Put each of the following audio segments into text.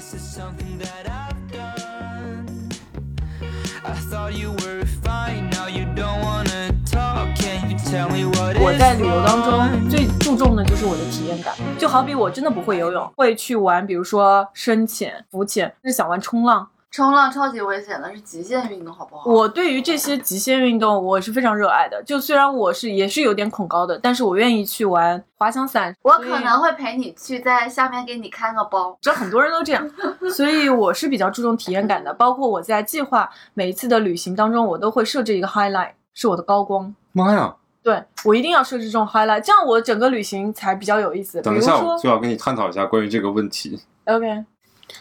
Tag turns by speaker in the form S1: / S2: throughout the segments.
S1: something that I've done. I thought you were fine, now you don't wanna talk. Can you tell me what
S2: 我
S1: is
S2: 在旅游当
S1: fun?
S2: 中最注重的就是我的体验感，就好比我真的不会游泳，会去玩，比如说深潜、浮潜，那想玩冲浪。
S3: 冲浪超级危险的，是极限运动，好不好？
S2: 我对于这些极限运动，我是非常热爱的。就虽然我是也是有点恐高的，但是我愿意去玩滑翔伞。
S3: 我
S2: 所
S3: 可
S2: 以
S3: 能会陪你去，在下面给你开个包。
S2: 知道很多人都这样，所以我是比较注重体验感的。包括我在计划每一次的旅行当中，我都会设置一个 highlight，是我的高光。
S4: 妈呀！
S2: 对我一定要设置这种 highlight，这样我整个旅行才比较有意思。比
S4: 等一
S2: 如
S4: 下，我
S2: 说
S4: 就要跟你探讨一下关于这个问题。
S2: ，OK，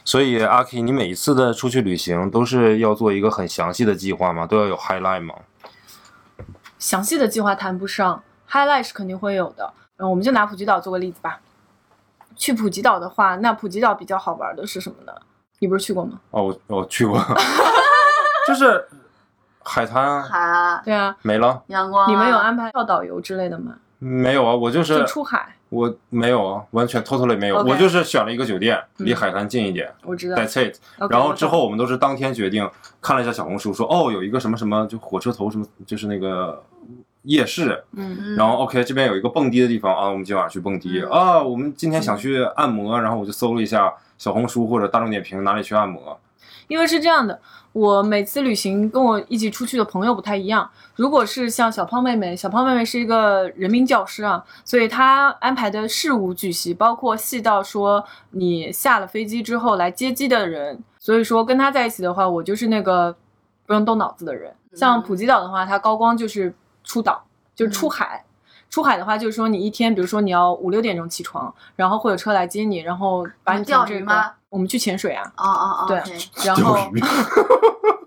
S5: 所以阿 K，你每一次的出去旅行都是要做一个很详细的计划吗？都要有 highlight 吗？
S2: 详细的计划谈不上，highlight 是肯定会有的。嗯，我们就拿普吉岛做个例子吧。去普吉岛的话，那普吉岛比较好玩的是什么呢？你不是去过吗？
S5: 哦，我我去过， 就是海滩啊
S3: 海啊，
S2: 对啊，
S5: 没了
S3: 阳光啊、
S2: 你们有安排跳导游之类的吗？
S5: 没有啊？我就是
S2: 就出海，
S5: 我没有啊，完全 totally 没有
S2: OK
S5: 我就是选了一个酒店，
S2: 嗯啊
S5: 离海滩近一点、
S2: 我知道。
S5: t h a t s it。
S2: OK，
S5: 然
S2: 我
S5: 后
S2: 懂
S5: 之后我们都是当天决定，看了一下小红书，说哦有一个什么什么，就火车头什么，就是那个夜市。
S2: 嗯，
S3: 嗯
S5: 然后 OK 这边有一个蹦迪的地方啊，我们今晚去蹦迪、啊。我们今
S2: 嗯
S5: 天想去按摩，然后我就搜了一下小红书或者大众点评哪里去按摩。
S2: 因为是这样的，我每次旅行跟我一起出去的朋友不太一样。如果是像小胖妹妹，小胖妹妹是一个人民教师啊，所以她安排的事无巨细，包括细到说你下了飞机之后来接机的人。所以说跟她在一起的话，我就是那个不用动脑子的人。
S3: 嗯
S2: 像普吉岛的话，它高光就是出岛，就是出海。出海的话，就是说你一天，比如说你要五六点钟起床，然后会有车来接你，然后把你
S3: 你们
S2: 从
S3: 钓
S2: 这
S3: 鱼
S2: 个
S3: 吗
S2: 我们去潜水啊，
S3: 哦哦哦，
S2: 对
S3: OK
S2: 然后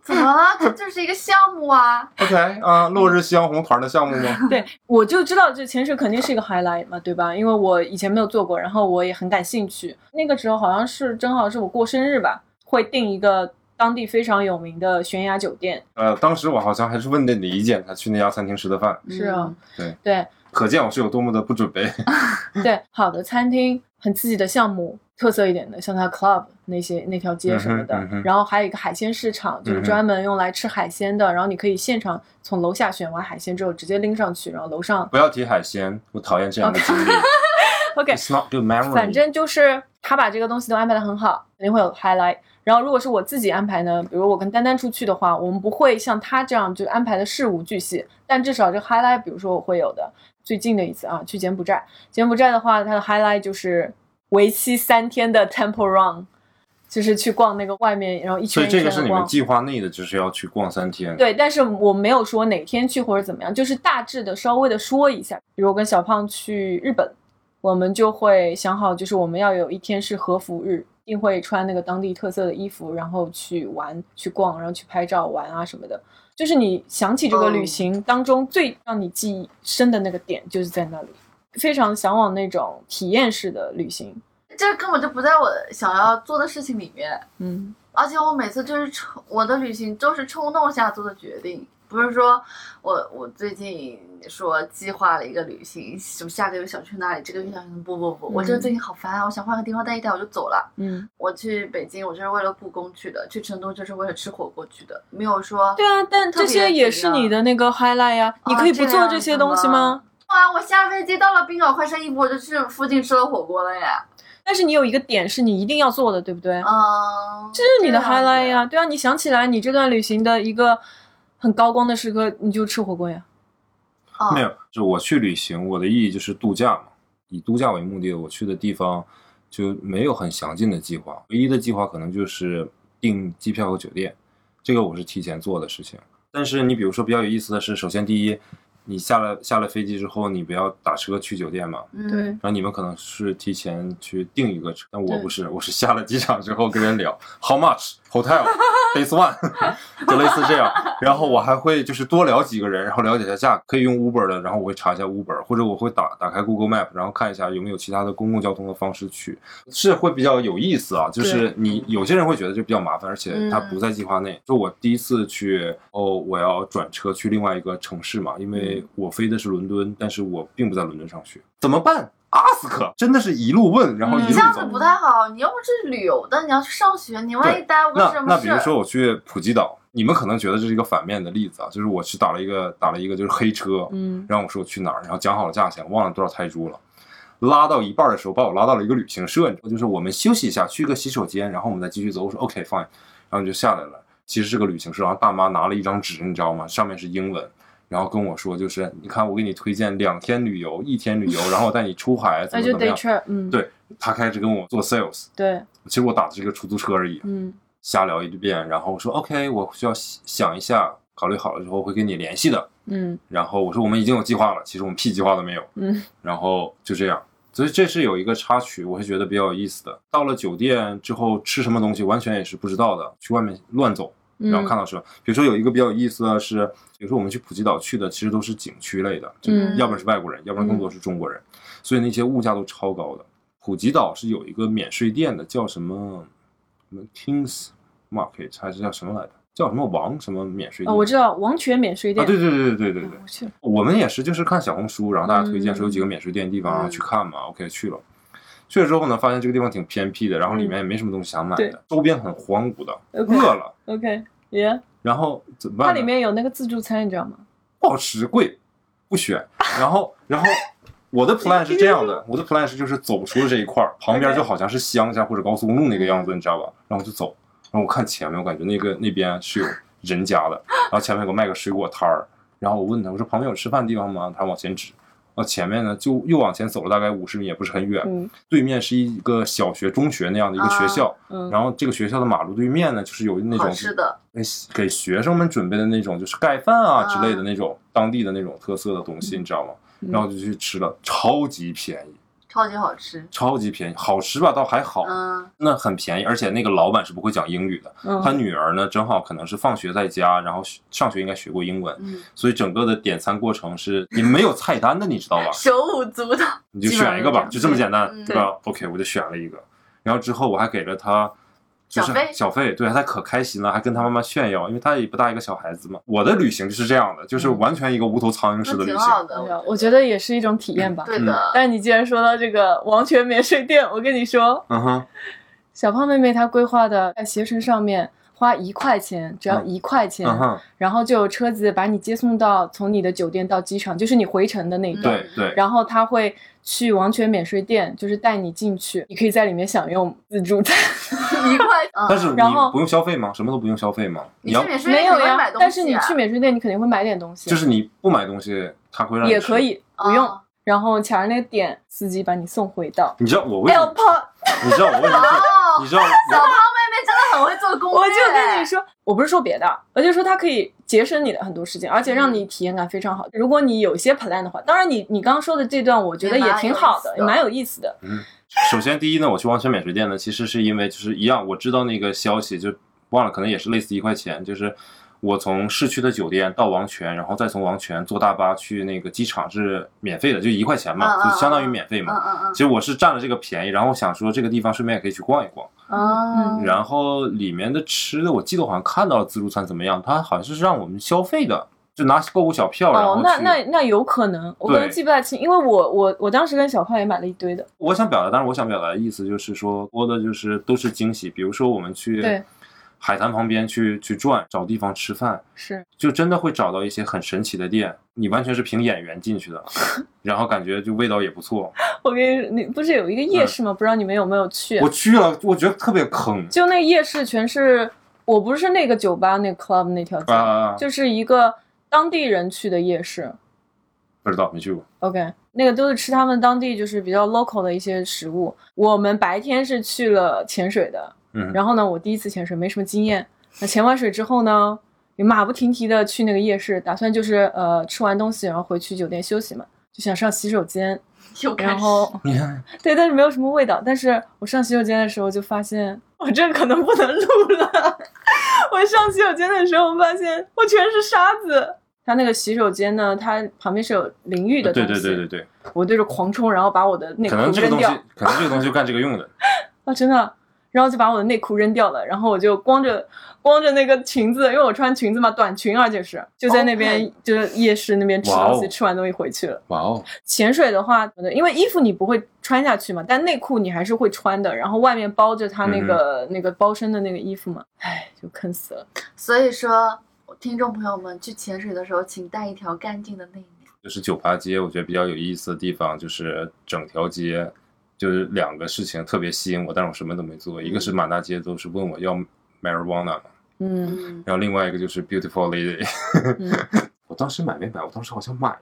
S3: 怎么了？这就是一个项目啊。
S5: OK 啊，落日夕阳红团的项目 吗？
S2: 对，我就知道这潜水肯定是一个 highlight 嘛，对吧？因为我以前没有做过，然后我也很感兴趣。那个时候好像是正好是我过生日吧，会订一个当地非常有名的悬崖酒店。
S5: 呃，当时我好像还是问了你的意见才去那家餐厅吃的饭，
S2: 是啊，
S5: 对
S2: 对
S5: 可见我是有多么的不准备。 嗯
S2: 对，好的餐厅，很刺激的项目，特色一点的，像它 club 那些那条街什么的。
S5: 嗯哼嗯哼
S2: 然后还有一个海鲜市场，就是
S5: 嗯哼
S2: 专门用来吃海鲜的。然后你可以现场从楼下选完海鲜之后直接拎上去，然后楼 上
S5: 不要提海鲜，我讨厌这样的经 历。
S2: OK
S5: It's not good memory。
S2: 哦反正就是他把这个东西都安排的很好，肯定会有 highlight。然后如果是我自己安排呢，比如我跟丹丹出去的话，我们不会像他这样就安排的事无巨细，但至少这 highlight，比如说我会有的。最近的一次啊，去柬埔寨，柬埔寨的话，它的 highlight 就是为期三天的 temple run，就是去逛那个外面，然后一圈
S5: 所以
S2: 一
S5: 这
S2: 圈
S5: 个是
S2: 的
S5: 你们
S2: 逛。
S5: 计划内的，就是要去逛三天。
S2: 对，但是我没有说哪天去或者怎么样，就是大致的稍微的说一下。比如我跟小胖去日本，我们就会想好，就是我们要有一天是和服日，一定会穿那个当地特色的衣服，然后去玩、去逛，然后去拍照、玩啊什么的。就是你想起这个旅
S3: 哦
S2: 行当中最让你记忆深的那个点，就是在那里。非常向往那种体验式的旅行。
S3: 嗯这根本就不在我想要做的事情里面。
S2: 嗯，
S3: 而且我每次就是冲我的旅行都是冲动下做的决定，不是说我我最近说计划了一个旅行，什么下个月想去哪里，这个月想去哪里不不不，我这
S2: 嗯
S3: 最近好烦啊，我想换个地方待一待，我就走了。
S2: 嗯，
S3: 我去北京，我就是为了故宫去的；去成都就是为了吃火锅去的，没有说
S2: 对啊，但
S3: 特
S2: 这
S3: 别
S2: 些也
S3: 怎
S2: 是
S3: 样
S2: 你的那个 highlight 呀、你
S3: 啊
S2: 可以
S3: 这
S2: 不做
S3: 样
S2: 这些
S3: 子
S2: 东西
S3: 吗
S2: 吗
S3: 哇，我下飞机到了冰岛换身衣服，我就去附近吃了火锅了耶。
S2: 但是你有一个点是你一定要做的，对不对？
S3: 嗯，
S2: 这是你的
S3: 这样子
S2: highlight 呀、哦对啊，你想起来你这段旅行的一个很高光的时刻，你就吃火锅呀。
S3: 哦
S5: 没有，就是我去旅行，我的意义就是度假嘛，以度假为目的，我去的地方就没有很详尽的计划，唯一的计划可能就是订机票和酒店，这个我是提前做的事情。但是你比如说比较有意思的是，首先第一，你下了下了飞机之后，你不要打车去酒店嘛，
S3: 嗯，
S5: 然后你们可能是提前去订一个车，但我
S2: 对
S5: 不是，我是下了机场之后跟人聊 how much hotel this one，就 类似这样。然后我还会就是多聊几个人，然后了解一下价格，可以用 Uber 的，然后我会查一下 Uber，或者我会打打开 Google Map，然后看一下有没有其他的公共交通的方式去，是会比较有意思啊。就是你有些人会觉得这比较麻烦，而且它
S3: 嗯
S5: 不在计划内。就我第一次去哦，我要转车
S3: 嗯
S5: 去另外一个城市嘛，因为我飞的是伦敦，但是我并不在伦敦上学，怎么办？ ask，真的是一路问，然后一
S2: 嗯
S5: 路
S3: 这样子
S5: 走。
S3: 不太好。你又不是旅游的，你要去上学，你万一
S5: 对
S3: 耽误个
S5: 那
S3: 什
S5: 那
S3: 么
S5: 比
S3: 事
S5: 如
S3: 儿？
S5: 说我去普吉岛，你们可能觉得这是一个反面的例子啊，就是我去打了一个打了一个就是黑车，
S2: 嗯，
S5: 然后我说我去哪儿，然后讲好了价钱，忘了多少泰铢了。拉到一半的时候，把我拉到了一个旅行社，你知道就是我们休息一下，去个洗手间，然后我们再继续走。我说 OK fine，然后你就下来了。其实是个旅行社，然后大妈拿了一张纸，你知道吗？上面是英文，然后跟我说就是你看我给你推荐两天旅游，一天 旅游，然后我带你出海，怎
S2: 那
S5: 么
S2: 就
S5: 怎么
S2: day
S5: 样。
S2: trip，嗯，
S5: 对他开始跟我做 sales，
S2: 对，
S5: 其实我打的是一个出租车而已，
S2: 嗯
S5: 瞎聊一遍，然后我说 OK，我需要想一下，考虑好了之后会跟你联系的。
S2: 嗯
S5: 然后我说我们已经有计划了，其实我们屁计划都没有。
S2: 嗯
S5: 然后就这样，所以这是有一个插曲，我是觉得比较有意思的。到了酒店之后吃什么东西完全也是不知道的，去外面乱走，
S2: 嗯，
S5: 然后看到什么。比如说有一个比较有意思的是，比如说我们去普吉岛去的其实都是景区类的，就
S2: 嗯
S5: 要不然是外国人，要不然更多是中国人，所以那些物价都超高的。普吉岛是有一个免税店的，叫什么什么 Kings Market 还是叫什么来着？叫什么王什么免税
S2: 哦，
S5: 店？
S2: 我知道王权免税
S5: 啊，
S2: 店，
S5: 对对对对对对对
S2: 哦，。我去了，
S5: 我们也是，就是看小红书，然后大家推荐
S2: 嗯
S5: 说有几个免税店的地方，然后
S3: 嗯
S5: 去看嘛。OK，去了，去了之后呢，发现这个地方挺偏僻的，然后里面也没什么东西想买
S2: 嗯对
S5: 的，周边很荒芜的，
S2: OK
S5: 饿了，
S2: OK，yeah，
S5: 然后怎么办
S2: 它
S5: 呢？
S2: 里面有那个自助餐，你知道吗？
S5: 不好吃，贵，不选。然后，然后我的 plan 是这样的，我的 plan 是就是走出了这一块儿，旁边
S2: OK
S5: 就好像是乡下或者高速公路那个样子，你知道吧？然后我就走，然后我看前面，我感觉那个那边是有人家的，然后前面有个卖个水果摊儿，然后我问他，我说旁边有吃饭的地方吗？他往前指。啊，前面呢就又往前走了大概五十米，也不是很远。
S2: 嗯
S5: 对面是一个小学、中学那样的一个学校，
S2: 嗯，
S5: 然后这个学校的马路对面呢，就是有那
S3: 好
S5: 种
S3: 吃的，
S5: 给给学生们准备的那种，就是盖饭啊
S3: 啊
S5: 之类的那种、当地的那种特色的东西，你知道吗？
S2: 嗯
S5: 然后就去吃了，超级便宜，
S3: 超级好吃。
S5: 超级便宜，好吃吧倒还好，
S3: 嗯，
S5: 那很便宜，而且那个老板是不会讲英语的，他
S2: 嗯
S5: 女儿呢正好可能是放学在家，然后学上学应该学过英文，
S3: 嗯
S5: 所以整个的点餐过程是你没有菜单的，你知道吧？
S3: 手舞足蹈。
S5: 你就选一个吧，
S2: 基本上
S5: 就这么简单，
S3: 嗯
S5: 对吧？OK，我就选了一个，然后之后我还给了他。就是
S3: 小费
S5: 小费，对他可开心了，还跟他妈妈炫耀，因为他也不大一个小孩子嘛。我的旅行就是这样的，就是
S2: 嗯
S5: 完全一个无头苍蝇式
S3: 那
S5: 的旅
S3: 挺
S5: 行。
S3: 好
S2: 哎
S3: 的，
S2: 呀我觉得也是一种体验吧。
S5: 嗯
S3: 对的。
S2: 但你既然说到这个王权免税店，我跟你说，
S5: 嗯哼，
S2: 小胖妹妹她规划的在携程上面花一块钱，只要
S5: 嗯
S2: 一块钱，
S5: 嗯哼，
S2: 然后就有车子把你接送到从你的酒店到机场，就是你回程的那一段。
S5: 对对，
S2: 然后他会去王权免税店，就是带你进去，你可以在里面享用自助餐。
S3: 一块，嗯
S5: 但是你
S2: 然后
S5: 不用消费吗？什么都不用消费吗？
S3: 你
S5: 要
S3: 去免税
S2: 没
S3: 店
S2: 有
S3: 肯定会
S2: 呀
S3: 买，东西啊
S2: 但是你去免税店，你肯定会买点东西，
S5: 就是嗯你不买东西，他会让你
S2: 也可
S5: 吃。
S2: 以不用。
S3: 哦
S2: 然后卡着那个点，司机把你送回到。
S5: 你知道我
S2: 哎
S3: 哎
S5: 为什么？
S2: AirPod，
S5: 你知道我为什么去？
S3: 哦
S5: 你，知道
S3: 小胖
S5: 我？
S3: 妹妹真的很会做攻略。哎
S2: 我就跟你说，我不是说别的，我就说它可以节省你的很多时间，而且让你体验感非常好。如果你有一些 plan 的话，当然你你刚刚说的这段，我觉得也挺好的，也
S3: 也
S2: 蛮
S3: 蛮
S2: 有意思的。
S5: 首先第一呢，我去王权免税店呢，其实是因为就是一样，我知道那个消息，就忘了，可能也是类似一块钱，就是我从市区的酒店到王权，然后再从王权坐大巴去那个机场是免费的，就一块钱嘛，
S3: 嗯嗯
S5: 就相当于免费
S3: 嗯
S5: 嘛。
S3: 嗯
S5: 其实我是占了这个便宜，然后想说这个地方顺便也可以去逛一逛。
S3: 嗯，
S5: 然后里面的吃的，我记得我好像看到自助餐怎么样，它好像是让我们消费的，就拿购物小票，然后
S2: 哦
S5: 去。，
S2: 那那那有可能，我可能
S5: 对
S2: 记不太清，因为我我我当时跟小胖也买了一堆的。
S5: 我想表达，当然我想表达的意思就是说，多的就是都是惊喜。比如说我们去
S2: 对
S5: 海滩旁边去去转，找地方吃饭，
S2: 是，
S5: 就真的会找到一些很神奇的店，你完全是凭眼缘进去的，然后感觉就味道也不错。
S2: 我跟你说，你不是有一个夜市吗？不知道你们有没有去
S5: 嗯我？去了，我觉得特别坑
S2: 就那夜市全是，我不是那个酒吧那 club 那条街，
S5: 啊，
S2: 就是一个当地人去的夜市。
S5: 不知道没去过。
S2: OK，那个都是吃他们当地就是比较 local 的一些食物。我们白天是去了潜水的，
S5: 嗯
S2: 然后呢，我第一次潜水没什么经验。那潜完水之后呢，也马不停蹄的去那个夜市，打算就是呃吃完东西然后回去酒店休息嘛，就想上洗手间，
S3: 又开始
S2: 然后
S5: 你看，
S2: 对，但是没有什么味道。但是我上洗手间的时候就发现，我这可能不能录了。 我上洗手间的时候发现我全是沙子。它那个洗手间呢，它旁边是有淋浴的
S5: 对
S2: 东
S5: 对
S2: 西，
S5: 对对对
S2: 我对着狂冲，然后把我的内
S5: 对，
S2: 裤
S5: 可能这个
S2: 扔
S5: 东西
S2: 掉。，
S5: 可能这个东西就干这个用的。
S2: 啊，真的。然后就把我的内裤扔掉了，然后我就光着光着那个裙子，因为我穿裙子嘛，短裙，而且是就在那边
S3: OK
S2: 就是夜市那边吃
S5: 哇哦
S2: 东西，吃完东西回去了。
S5: 哇哦，
S2: 潜水的话，呃因为衣服你不会穿下去嘛，但内裤你还是会穿的，然后外面包着
S5: 嗯
S2: 它那个、那个包身的那个衣服嘛，唉，就坑死了。
S3: 所以说，听众朋友们去潜水的时候，请带一条干净的内内。
S5: 就是九华街，我觉得比较有意思的地方就是整条街，就是两个事情特别吸引我，但是我什么都没做。一个是满大街都是问我要 marijuana，
S2: 嗯
S3: 嗯，
S5: 然后另外一个就是 beautiful lady。
S2: 嗯，
S5: 我当时买没买？我当时好像买了。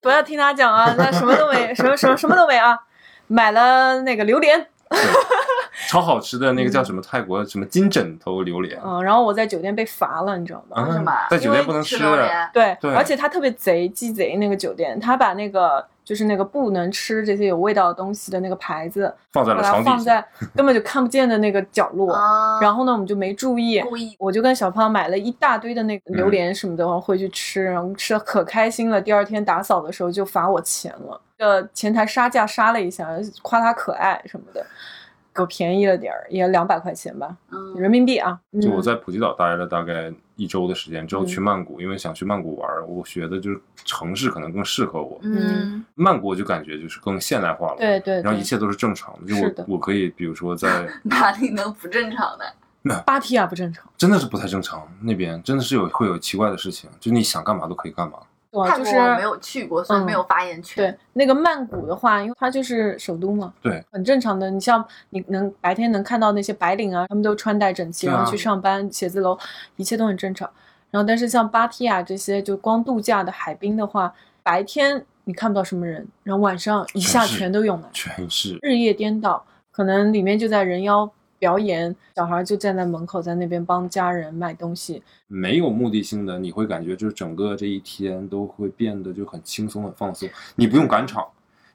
S2: 不要听他讲 啊，他什么都没，什么什么什么都没啊，买了那个榴莲，
S5: 超好吃的那个叫什么泰国什么金枕头榴莲
S2: 嗯，然后我在酒店被罚了，你知道吗？
S5: 啊
S3: 为什么？
S5: 在酒店
S3: 因为
S5: 不能
S3: 吃哦
S5: 吃
S3: 榴莲。
S2: 对，
S5: 对
S2: 而且他特别贼鸡贼，那个酒店他把那个就是那个不能吃这些有味道的东西的那个牌子，
S5: 放在
S2: 把
S5: 了
S2: 它
S5: 床
S2: 放
S5: 底下。
S2: 在根本就看不见的那个角落，
S3: 啊，
S2: 然后呢我们就没注意，
S3: 故意
S2: 我就跟小胖买了一大堆的那
S5: 嗯
S2: 个榴莲什么的，然后回去吃，然后吃的可开心了。第二天打扫的时候就罚我钱了，呃，前台杀价杀了一下，夸他可爱什么的，给我便宜了点儿，也两百块钱吧，人
S3: 嗯，
S2: 民币啊。嗯
S5: 就我在普吉岛待了大概一周的时间，之后去
S2: 嗯
S5: 曼谷，因为想去曼谷玩儿，我觉得就是城市可能更适合我。
S3: 嗯，
S5: 曼谷我就感觉就是更现代化了，
S2: 对对
S5: 然后一
S2: 对，
S5: 切都是正常的，就是
S2: 的
S5: 我我可以比如说在
S3: 哪里能不正常呢？
S2: 芭提啊雅不正常，
S5: 真的是不太正常，那边真的是有会有奇怪的事情，就你想干嘛都可以干嘛。
S2: 对吧，
S3: 泰
S2: 哦就
S3: 国
S2: 是
S3: 我没有去过，所以
S2: 嗯
S3: 没有发言权。
S2: 对那个曼谷的话，因为它就是首都嘛，
S5: 对，
S2: 很正常的。你像你能白天能看到那些白领啊，他们都穿戴整齐，
S5: 对啊
S2: 然后去上班、写字楼，一切都很正常。然后，但是像芭提雅这些就光度假的海滨的话，白天你看不到什么人，然后晚上一下
S5: 是
S2: 全都涌来，
S5: 全是
S2: 日夜颠倒，可能里面就在人妖表演，小孩就站在门口在那边帮家人卖东西，
S5: 没有目的性的，你会感觉就是整个这一天都会变得就很轻松、很放松。你不用赶场，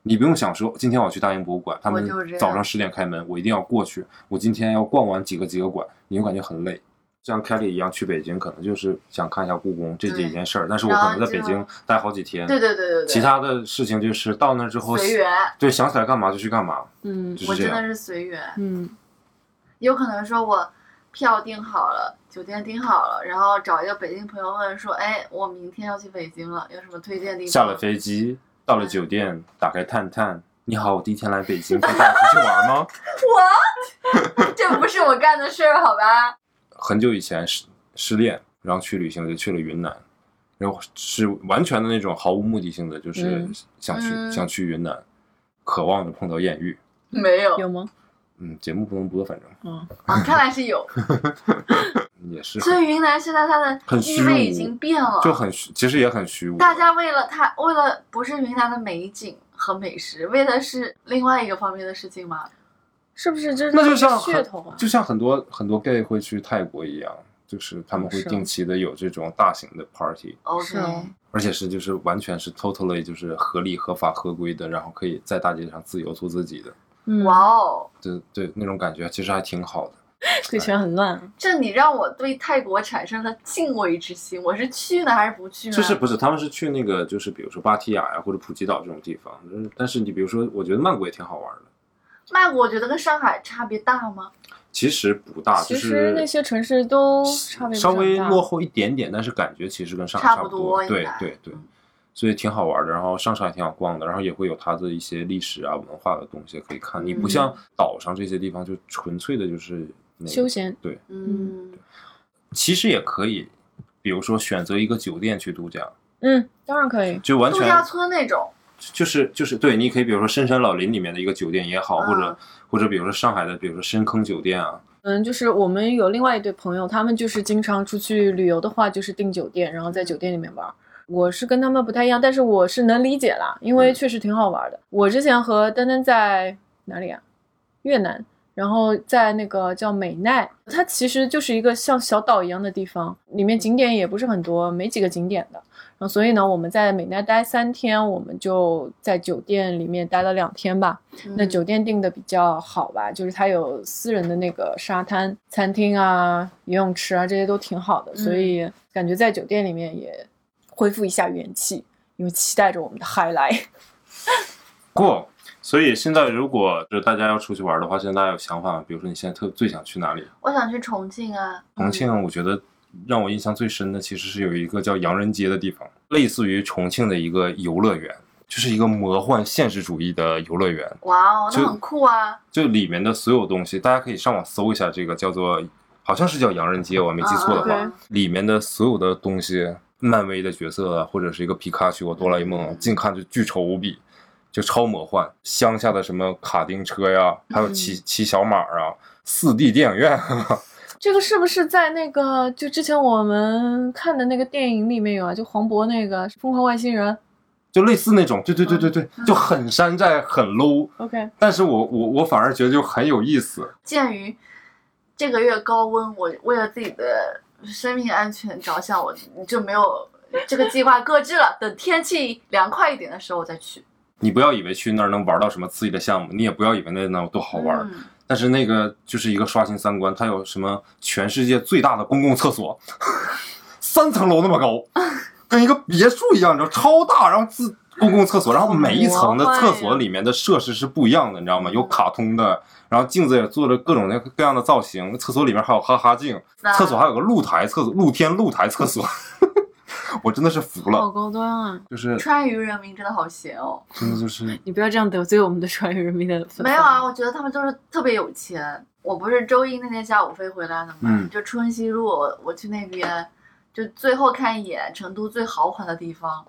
S5: 你不用想说今天我要去大英博物馆，他们
S3: 我就是这样
S5: 早上十点开门，我一定要过去。我今天要逛完几个几个馆，你会感觉很累。像 Kelly 一样去北京，可能就是想看一下故宫这
S3: 对
S5: 几件事儿，但是我
S3: 然后
S5: 可能在北京
S3: 就
S5: 待好几天。
S3: 对对对对对，
S5: 其他的事情就是到那之后，
S3: 随缘。
S5: 对，想起来干嘛就去干嘛，
S2: 嗯
S5: 就
S3: 我
S5: 是这
S3: 真的
S5: 样。
S3: 是随缘，
S2: 嗯，
S3: 有可能说我票订好了，酒店订好了，然后找一个北京朋友问说，哎，我明天要去北京了，有什么推荐地方？
S5: 下了飞机，到
S3: 嗯
S5: 了酒店，打开探探，你好，我第一天来北京，可以带我出去玩吗？
S3: 这不是我干的事儿，好吧？
S5: 很久以前失失恋，然后去旅行就去了云南，然后是完全的那种毫无目的性的，就是
S2: 嗯
S5: 想去、
S3: 嗯
S5: 想去云南，渴望着碰到艳遇。
S3: 没有，
S2: 有吗？
S5: 嗯，节目不能播，反正
S3: 啊，看来是有。
S5: 也是
S3: 所
S5: 很
S3: 以云南现在它的
S5: 很
S3: 地
S5: 虚
S3: 位已
S5: 无
S3: 经变了，
S5: 就很虚其实也很虚无。
S3: 大家为了它，为了不是云南的美景和美食，为的是另外一个方面的事情嘛。
S2: 是不是这
S5: 那就像
S2: 噱
S5: 很
S2: 头啊？
S5: 就像很多很多 gay 会去泰国一样，就是他们会
S2: 是
S5: 定期的有这种大型的 party，
S2: 是
S3: OK，
S2: 哦
S5: 而且是就是完全是 totally 就是合理合法合规的，然后可以在大街上自由做自己的，
S2: 嗯，
S3: 哇，哦，
S5: 对对，那种感觉其实还挺好的。
S2: 退圈很乱啊。
S3: 这你让我对泰国产生了敬畏之心。我是去呢还是不去呢？
S5: 就是不是他们是去那个就是比如说芭提雅呀、或者普吉岛这种地方，就是但是你比如说，我觉得曼谷也挺好玩的。
S3: 曼谷，我觉得跟上海差别大吗？
S5: 其实不大，
S2: 其
S5: 就
S2: 实
S5: 是
S2: 那些城市都差别不是
S5: 稍微
S2: 很大
S5: 落后一点点，但是感觉其实跟上海
S3: 差
S5: 不
S3: 不多应
S5: 对
S3: 该
S5: 对对
S3: 嗯，
S5: 所以挺好玩的。然后上山也挺好逛的，然后也会有它的一些历史啊、文化的东西可以看。你不
S3: 嗯
S5: 像岛上这些地方，就纯粹的就是那个
S2: 休闲，
S5: 对，
S3: 嗯，
S5: 其实也可以，比如说选择一个酒店去度假，
S2: 嗯，当然可以。
S5: 就完
S3: 度
S5: 全
S3: 假村那种，
S5: 就是就是对，你可以比如说深山老林里面的一个酒店也好，
S3: 嗯
S5: 或者或者比如说上海的，比如说深坑酒店啊，
S2: 嗯，就是我们有另外一对朋友，他们就是经常出去旅游的话，就是订酒店，然后在酒店里面玩儿。我是跟他们不太一样，但是我是能理解啦，因为
S5: 嗯
S2: 确实挺好玩的。我之前和丹丹在哪里啊？越南，然后在那个叫美奈，它其实就是一个像小岛一样的地方，里面景点也不是很多，没几个景点的。然后所以呢，我们在美奈待三天，我们就在酒店里面待了两天吧。那
S3: 嗯
S2: 酒店订的比较好吧，就是它有私人的那个沙滩、餐厅啊、游泳池啊，这些都挺好的，所以感觉在酒店里面也恢复一下元气，因为期待着我们的嗨来。
S5: 过。所以现在如果就是大家要出去玩的话，现在大家有想法吗，比如说你现在特最想去哪里？
S3: 我想去重庆啊，
S5: 重庆，我觉得让我印象最深的其实是有一个叫洋人街的地方，类似于重庆的一个游乐园，就是一个魔幻现实主义的游乐园。
S3: 哇哦，
S5: 就
S3: 那很酷啊！
S5: 就里面的所有东西，大家可以上网搜一下，这个叫做好像是叫洋人街，我没记错的话，
S3: 嗯嗯
S5: 里面的所有的东西，漫威的角色啊，或者是一个皮卡丘、啊、哆啦 A 梦啊，近看就巨丑无比，就超魔幻。乡下的什么卡丁车呀，还有骑骑小马啊，四 D 电影院， 啊
S2: 这个是不是在那个就之前我们看的那个电影里面有啊？就黄渤那个《疯狂外星人》。
S5: 就类似那种，对对对对对，就很山寨很 low，
S2: OK，
S5: 但是我我我反而觉得就很有意思。
S3: 鉴于这个月高温，我为了自己的生命安全着想，我就没有这个计划搁置了。等天气凉快一点的时候我再去。
S5: 你不要以为去那儿能玩到什么刺激的项目，你也不要以为那能有多好玩儿，
S3: 嗯
S5: 但是那个就是一个刷新三观，它有什么全世界最大的公共厕所， 三层楼那么高，跟一个别墅一样，你知道超大，然后自公共厕所，然后每一层的厕所里面的设施是不一样的，你知道吗？有卡通的，然后镜子也做了各种各样的造型，厕所里面还有哈哈镜，
S3: 那
S5: 厕所还有个露台厕所，露天露台厕所， 我真的是服了，
S2: 好高端啊！
S5: 就是
S3: 川渝人民真的好闲哦。
S5: 真的就是
S2: 你不要这样得罪我们的川渝人民的粉丝。
S3: 没有啊，我觉得他们就是特别有钱。我不是周一那天下午飞回来的嘛，
S5: 嗯
S3: 就春熙路，我我去那边，就最后看一眼成都最豪华的地方，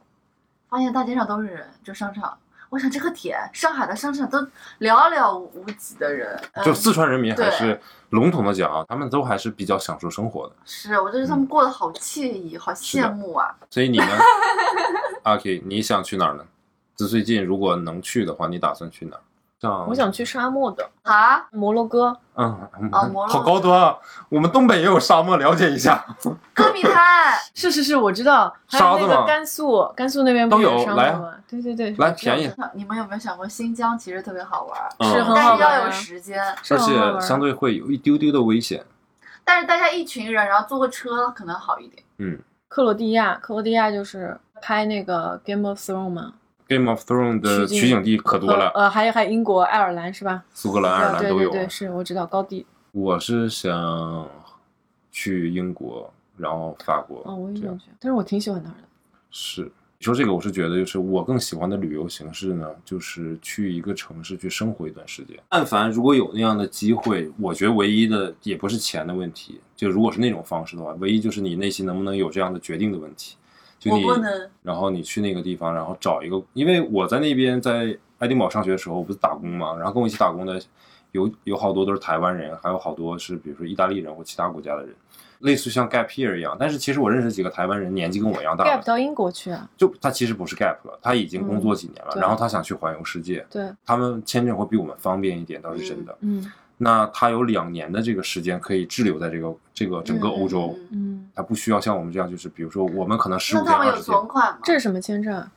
S3: 发现大街上都是人，就商场。我想这个点，上海的商场都寥寥无几的人，嗯
S5: 就四川人民还
S3: 对
S5: 是笼统的讲啊，他们都还是比较享受生活的。
S3: 是，我就觉得他们
S5: 嗯
S3: 过得好惬意，好羡慕啊！
S5: 所以你呢， 阿 K，你想去哪儿呢？就最近如果能去的话，你打算去哪儿？像
S2: 我想去沙漠的
S3: 啊，
S2: 摩洛哥，
S5: 嗯，
S3: 啊摩洛
S5: 好高端啊！我们东北也有沙漠，了解一下，
S3: 戈壁滩，
S2: 是是是，我知道。还
S5: 沙
S2: 有
S5: 子
S2: 那
S5: 吗
S2: 个甘肃，甘肃那边不是
S5: 都有
S2: 沙
S5: 来
S2: 漠
S5: 啊
S2: 吗？对对对，
S5: 来便宜，
S3: 你们有没有想过新疆其实特别好玩儿，
S2: 是很
S5: 嗯，
S2: 好玩
S3: 但是
S2: 啊
S3: 要有时间。
S2: 是
S5: 而
S2: 很好玩
S5: 且相对会有一丢丢的危险。
S3: 但是大家一群人，然后坐个车可能好一点。
S2: 克罗地亚，克罗地亚就是拍那个《Game of Thrones》嘛，
S5: Game of Thrones 的
S2: 取景
S5: 取景地可多了，
S2: 呃，还有还有英国、爱尔兰是吧？
S5: 苏格兰、爱尔兰
S2: 对
S5: 都
S2: 对
S5: 有。啊
S2: 对，是我知道高地。
S5: 我是想去英国，然后法国，
S2: 哦，我也
S5: 这样
S2: 想去，但是我挺喜欢那儿的。
S5: 是，你说这个，我是觉得就是我更喜欢的旅游形式呢，就是去一个城市去生活一段时间。但凡如果有那样的机会，我觉得唯一的也不是钱的问题，就如果是那种方式的话，唯一就是你内心能不能有这样的决定的问题。就
S3: 我
S5: 你
S3: 不能，
S5: 然后你去那个地方，然后找一个，因为我在那边在爱丁堡上学的时候，我不是打工嘛，然后跟我一起打工的有有好多都是台湾人，还有好多是比如说意大利人或其他国家的人，类似像 gap year 一样。但是其实我认识几个台湾人，年纪跟我一样大
S2: gap
S5: 了，
S2: 到英国去啊？
S5: 就他其实不是 gap 了，他已经工作几年了，
S2: 嗯对
S5: 然后他想去环游世界，
S2: 对，
S5: 他们签证会比我们方便一点，倒是真的。
S2: 嗯
S5: 那他有两年的这个时间可以滞留在这个这个整个欧洲，
S3: 嗯嗯嗯
S2: 嗯，
S5: 他不需要像我们这样，就是比如说我们可能十
S3: 那
S5: 五
S3: 他
S5: 天
S3: 们
S5: 二
S3: 有
S5: 十天
S3: 存款吗？
S2: 这是什么签证啊？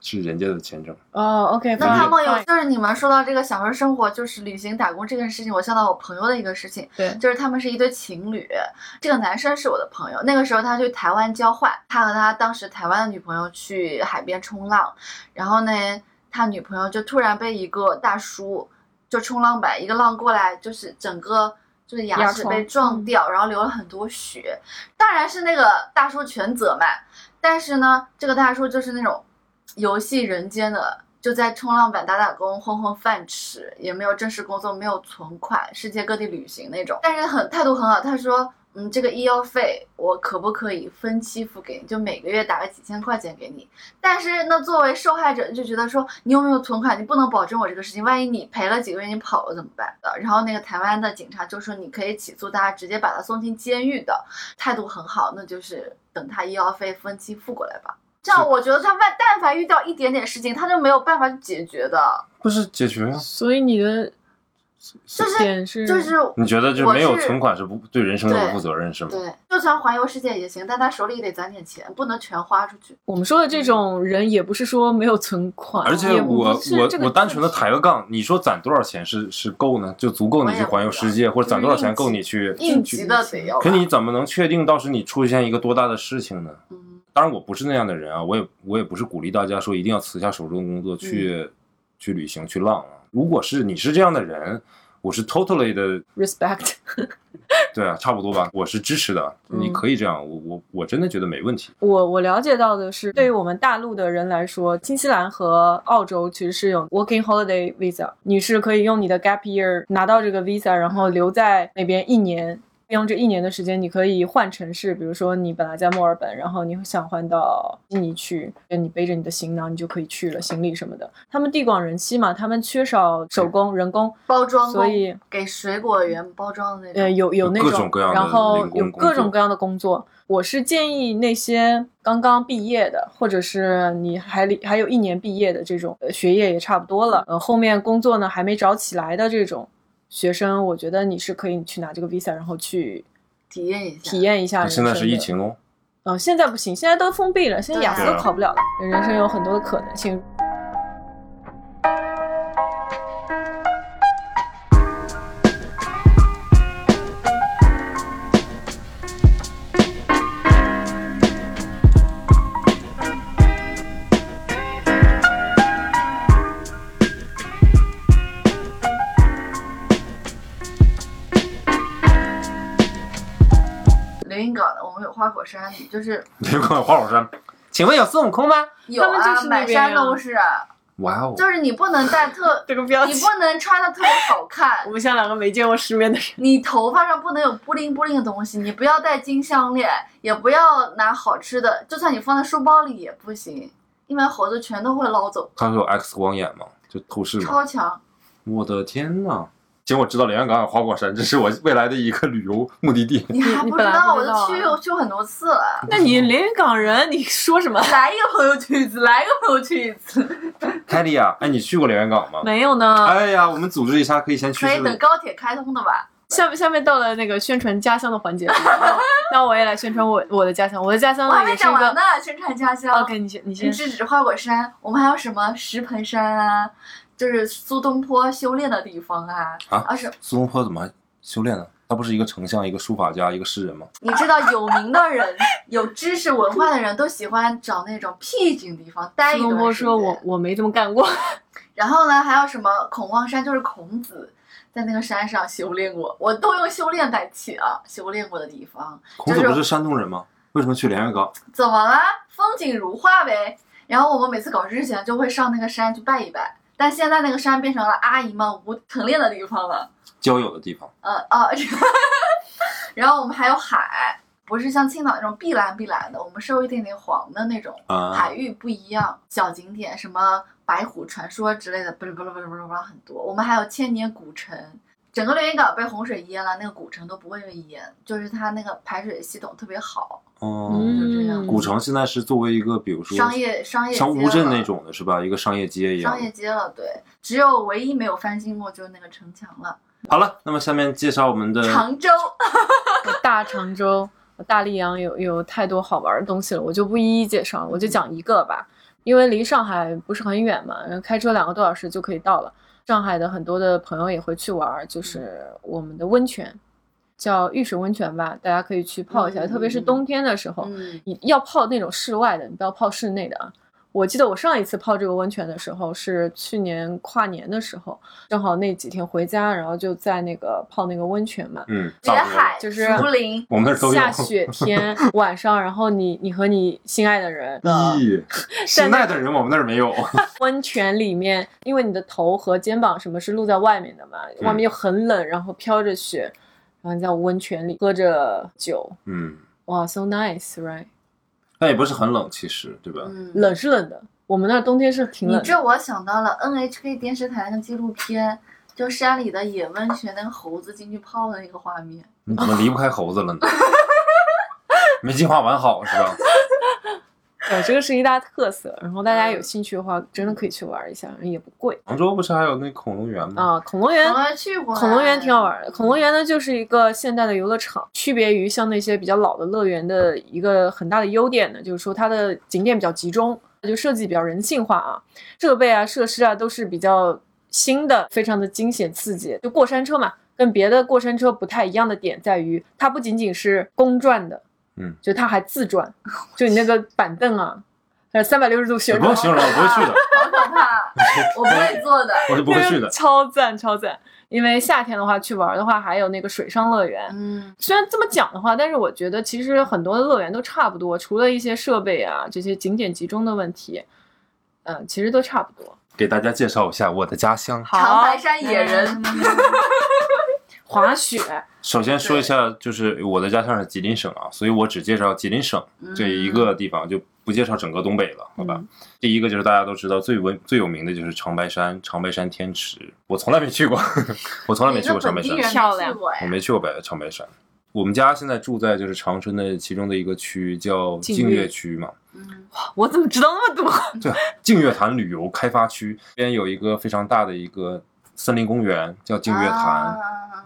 S5: 是人家的签证。
S2: 哦，OK，
S3: 那他们有，
S2: fine
S3: 就是你们说到这个享受生活，就是旅行打工这件事情，我想到我朋友的一个事情，
S2: 对
S3: 就是他们是一对情侣，这个男生是我的朋友，那个时候他去台湾交换，他和他当时台湾的女朋友去海边冲浪，然后呢，他女朋友就突然被一个大叔就冲浪板一个浪过来，就是整个。就是牙
S2: 牙
S3: 齿
S2: 床
S3: 被撞
S2: 嗯
S3: 掉，然后流了很多血，当然是那个大叔全责嘛。但是呢，这个大叔就是那种游戏人间的，就在冲浪板打打工混混饭吃，也没有正式工作，没有存款，世界各地旅行那种。但是很态度很好，他说，嗯，这个医药费我可不可以分期付给你？就每个月打个几千块钱给你。但是那作为受害者就觉得说，你有没有存款？你不能保证我这个事情，万一你赔了几个月你跑了怎么办？呃然后那个台湾的警察就说，你可以起诉他，直接把他送进监狱的。态度很好，那就是等他医药费分期付过来吧。这样我觉得他万但凡遇到一点点事情，他就没有办法去解决的，
S5: 不是解决啊？
S2: 所以你的
S3: 就是
S2: 点是
S3: 就是
S2: 嗯
S5: 你觉得就
S3: 我
S5: 没有
S3: 是
S5: 存款是不对人生的
S3: 对
S5: 不负责任是吗？
S3: 对，就算环游世界也行，但他手里得攒点钱，不能全花出去。
S2: 我们说的这种人，也不是说没有存款，
S5: 而且
S2: 也不
S5: 我
S2: 是
S5: 我
S2: 这个
S5: 我单纯的
S2: 问题
S5: 抬个杠，你说攒多少钱是是够呢？就足够你去环游世界，或者攒多少钱够你去
S3: 应
S5: 去
S3: 急的得要吧。
S5: 可你怎么能确定到时你出现一个多大的事情呢？
S3: 嗯，
S5: 当然我不是那样的人啊，我也我也不是鼓励大家说一定要辞下手中的工作去、去旅行去浪啊。如果是你是这样的人，我是 totally 的，
S2: respect。
S5: 对啊，差不多吧，我是支持的，
S2: 嗯
S5: 你可以这样，我我我真的觉得没问题。
S2: 我我了解到的是，对于我们大陆的人来说，新西兰和澳洲其实是有 working holiday visa，你是可以用你的 gap year 拿到这个 visa，然后留在那边一年。用这一年的时间，你可以换城市，比如说你本来在墨尔本，然后你想换到悉尼去，你背着你的行囊，你就可以去了，行李什么的。他们地广人稀嘛，他们缺少手工、人工，
S3: 包装
S2: 所
S3: 工
S2: 以
S3: 给水果园包装的那种。
S2: 呃，有有那
S5: 各
S2: 种，
S5: 种各样的
S2: 然后
S5: 零工
S2: 有
S5: 工
S2: 各种
S5: 作
S2: 各样的工作。我是建议那些刚刚毕业的，或者是你还离还有一年毕业的这种，呃学业也差不多了，呃，后面工作呢还没找起来的这种学生，我觉得你是可以去拿这个 visa，然后去
S3: 体验一下。
S2: 体验一下
S5: 那
S2: 人
S5: 现
S2: 生
S5: 在是疫
S2: 的
S5: 情哦，
S2: 呃，现在不行，现在都封闭了，现在雅思
S5: 对
S2: 都
S5: 啊
S2: 考不了了。人生有很多的可能性。
S3: 灵隐搞的，我们有花果山，就是
S5: 别管花果山，请问有孙悟空吗？
S3: 有
S2: 他们就
S3: 啊，
S2: 是那
S3: 满
S2: 边
S3: 山
S2: 呀
S3: 都是啊，
S5: 哇哦，
S3: 就是你不能戴 特，
S2: 这个标
S3: 你
S2: 题，
S3: 不能穿的特别好看
S2: 我，们像两个没见过世面的人。
S3: 你头发上不能有布灵布灵的东西，你不要戴金项链，也不要拿好吃的，就算你放在书包里也不行，因为猴子全都会捞走，
S5: 他有 X 光眼吗？就透视吗？
S3: 超强。
S5: 我的天呐！行，我知道连云港有花果山，这是我未来的一个旅游目的地。
S3: 你还
S2: 你
S3: 不
S2: 本
S3: 知
S2: 来
S3: 道，
S2: 不
S3: 我
S2: 知道啊
S3: 都去过去过很多次了。
S2: 那你连云港人，你说什么？
S3: 来一个朋友去一次，来一个朋友去一次，
S5: 凯莉啊，哎，你去过连云港吗？
S2: 没有呢。
S5: 哎呀，我们组织一下，可以先去
S3: 可以
S5: 是不
S3: 等
S5: 是？
S3: 高铁开通的吧？
S2: 下面下面到了那个宣传家乡的环节了，那 那我也来宣传我我的家乡，我的家乡
S3: 我还
S2: 呢
S3: 没
S2: 也是一
S3: 讲完
S2: 个
S3: 呢。，宣传家乡。
S2: OK，你先你先
S3: 不，是指花果山，我们还有什么石盆山啊，就是苏东坡修炼的地方啊。
S5: 啊
S3: 而是
S5: 苏东坡怎么还修炼呢？他不是一个丞相、一个书法家、一个诗人吗？
S3: 你知道有名的人、有知识文化的人都喜欢找那种僻静地方待
S2: 苏
S3: 一段
S2: 东坡
S3: 时
S2: 说
S3: 间
S2: 我我没这么干过，
S3: 然后呢，还有什么孔望山，就是孔子在那个山上修炼过，我都用修炼代替啊，修炼过的地方。
S5: 孔子
S3: 就是
S5: 不是山东人吗？为什么去连云港？
S3: 怎么啦？风景如画呗。然后我们每次考试之前就会上那个山去拜一拜，但现在那个山变成了阿姨们无晨练的地方了。
S5: 交友的地方，
S3: 呃啊， 然后我们还有海，不是像青岛那种碧蓝碧蓝的，我们是有一点点黄的那种
S5: 啊
S3: 海域不一样。小景点什么白虎传说之类的，不是不是不是不是不是很多。我们还有千年古城，整个连云港被洪水淹了，那个古城都不会被淹，就是它那个排水系统特别好。
S5: 嗯，
S3: 哦就这样
S2: 嗯，
S5: 古城现在是作为一个，比如说
S3: 商业商业街
S5: 像乌镇
S3: 了
S5: 那种的是吧？一个商业街一样
S3: 商
S5: 的。
S3: 业街了，对，只有唯一没有翻新过就是那个城墙了，
S5: 好了，那么下面介绍我们的
S3: 常州。
S2: 大常州、大溧阳有有太多好玩的东西了，我就不一一介绍了，我就讲一个吧，因为离上海不是很远嘛，然后开车两个多小时就可以到了。上海的很多的朋友也会去玩儿，就是我们的温泉，叫御水温泉吧，大家可以去泡一下，
S3: 嗯
S2: 特别是
S3: 嗯
S2: 冬天的时候，
S3: 嗯，
S2: 你要泡那种室外的，你不要泡室内的啊。我记得我上一次泡这个温泉的时候是去年跨年的时候，正好那几天回家，然后就在那个泡那个温泉嘛，
S5: 嗯，
S3: 别
S5: 大朋友
S3: 海、
S2: 就是
S3: 竹林，
S5: 我们 那儿都有。
S2: 下雪天晚上，然后你你和你心爱的人
S5: 咦，
S2: 在
S5: 现
S2: 那
S5: 在的人我们那儿没有。
S2: 温泉里面，因为你的头和肩膀什么是露在外面的嘛，
S5: 嗯
S2: 外面又很冷，然后飘着雪，然后你在温泉里喝着酒，
S5: 嗯，
S2: 哇，so nice，right？
S5: 但也不是很冷，其实对吧？
S3: 嗯，
S2: 冷是冷的，我们那儿冬天是挺冷
S3: 你
S2: 的。
S3: 这我想到了 NHK 电视台那个纪录片，就山里的野温泉，那个猴子进去泡的那个画面。
S5: 你怎么离不开猴子了呢？ 没进化完好是吧？
S2: 对，呃这个是一大特色。然后大家有
S3: 嗯
S2: 兴趣的话，真的可以去玩一下，也不贵
S5: 杭州不是还有那恐龙园吗？
S2: 啊。恐龙园
S3: 我，还去过，
S2: 恐龙园挺好玩的。恐龙园呢，就是一个现代的游乐场，区别于像那些比较老的乐园的一个很大的优点呢，就是说它的景点比较集中，就设计比较人性化啊，设备啊、设施啊都是比较新的，非常的惊险刺激。就过山车嘛，跟别的过山车不太一样的点在于，它不仅仅是公转的，
S5: 嗯，
S2: 就它还自转，就你那个板凳啊。呃，三百六十度旋
S5: 不用
S2: 转，
S5: 形容了， 我不会去的，
S3: 好可怕，啊我不会做 的。
S5: 我是不会去 的。
S2: 超赞超赞。因为夏天的话去玩的话，还有那个水上乐园，
S3: 嗯，
S2: 虽然这么讲的话，但是我觉得其实很多的乐园都差不多，除了一些设备啊这些景点集中的问题，嗯、其实都差不多。
S5: 给大家介绍一下我的家乡。
S3: 长白山野人，
S2: 嗯滑雪，
S5: 首先说一下，就是我的家乡是吉林省啊，所以我只介绍吉林省
S3: 嗯
S5: 这一个地方，就不介绍整个东北了，好吧？
S2: 嗯
S5: 第一个就是大家都知道最闻最有名的就是长白山，长白山天池，我从来没去过， 我从来没去过长白
S3: 你
S5: 山
S3: 一个本地人没，
S2: 漂亮
S3: 去过哎呀
S5: 我没去过白长白山。我们家现在住在就是长春的其中的一个区，叫
S2: 净
S5: 净
S2: 月
S5: 月区嘛，
S3: 嗯
S2: 我怎么知道那么多？
S5: 对，净月潭旅游开发区这边有一个非常大的一个森林公园，叫净月潭，
S3: 啊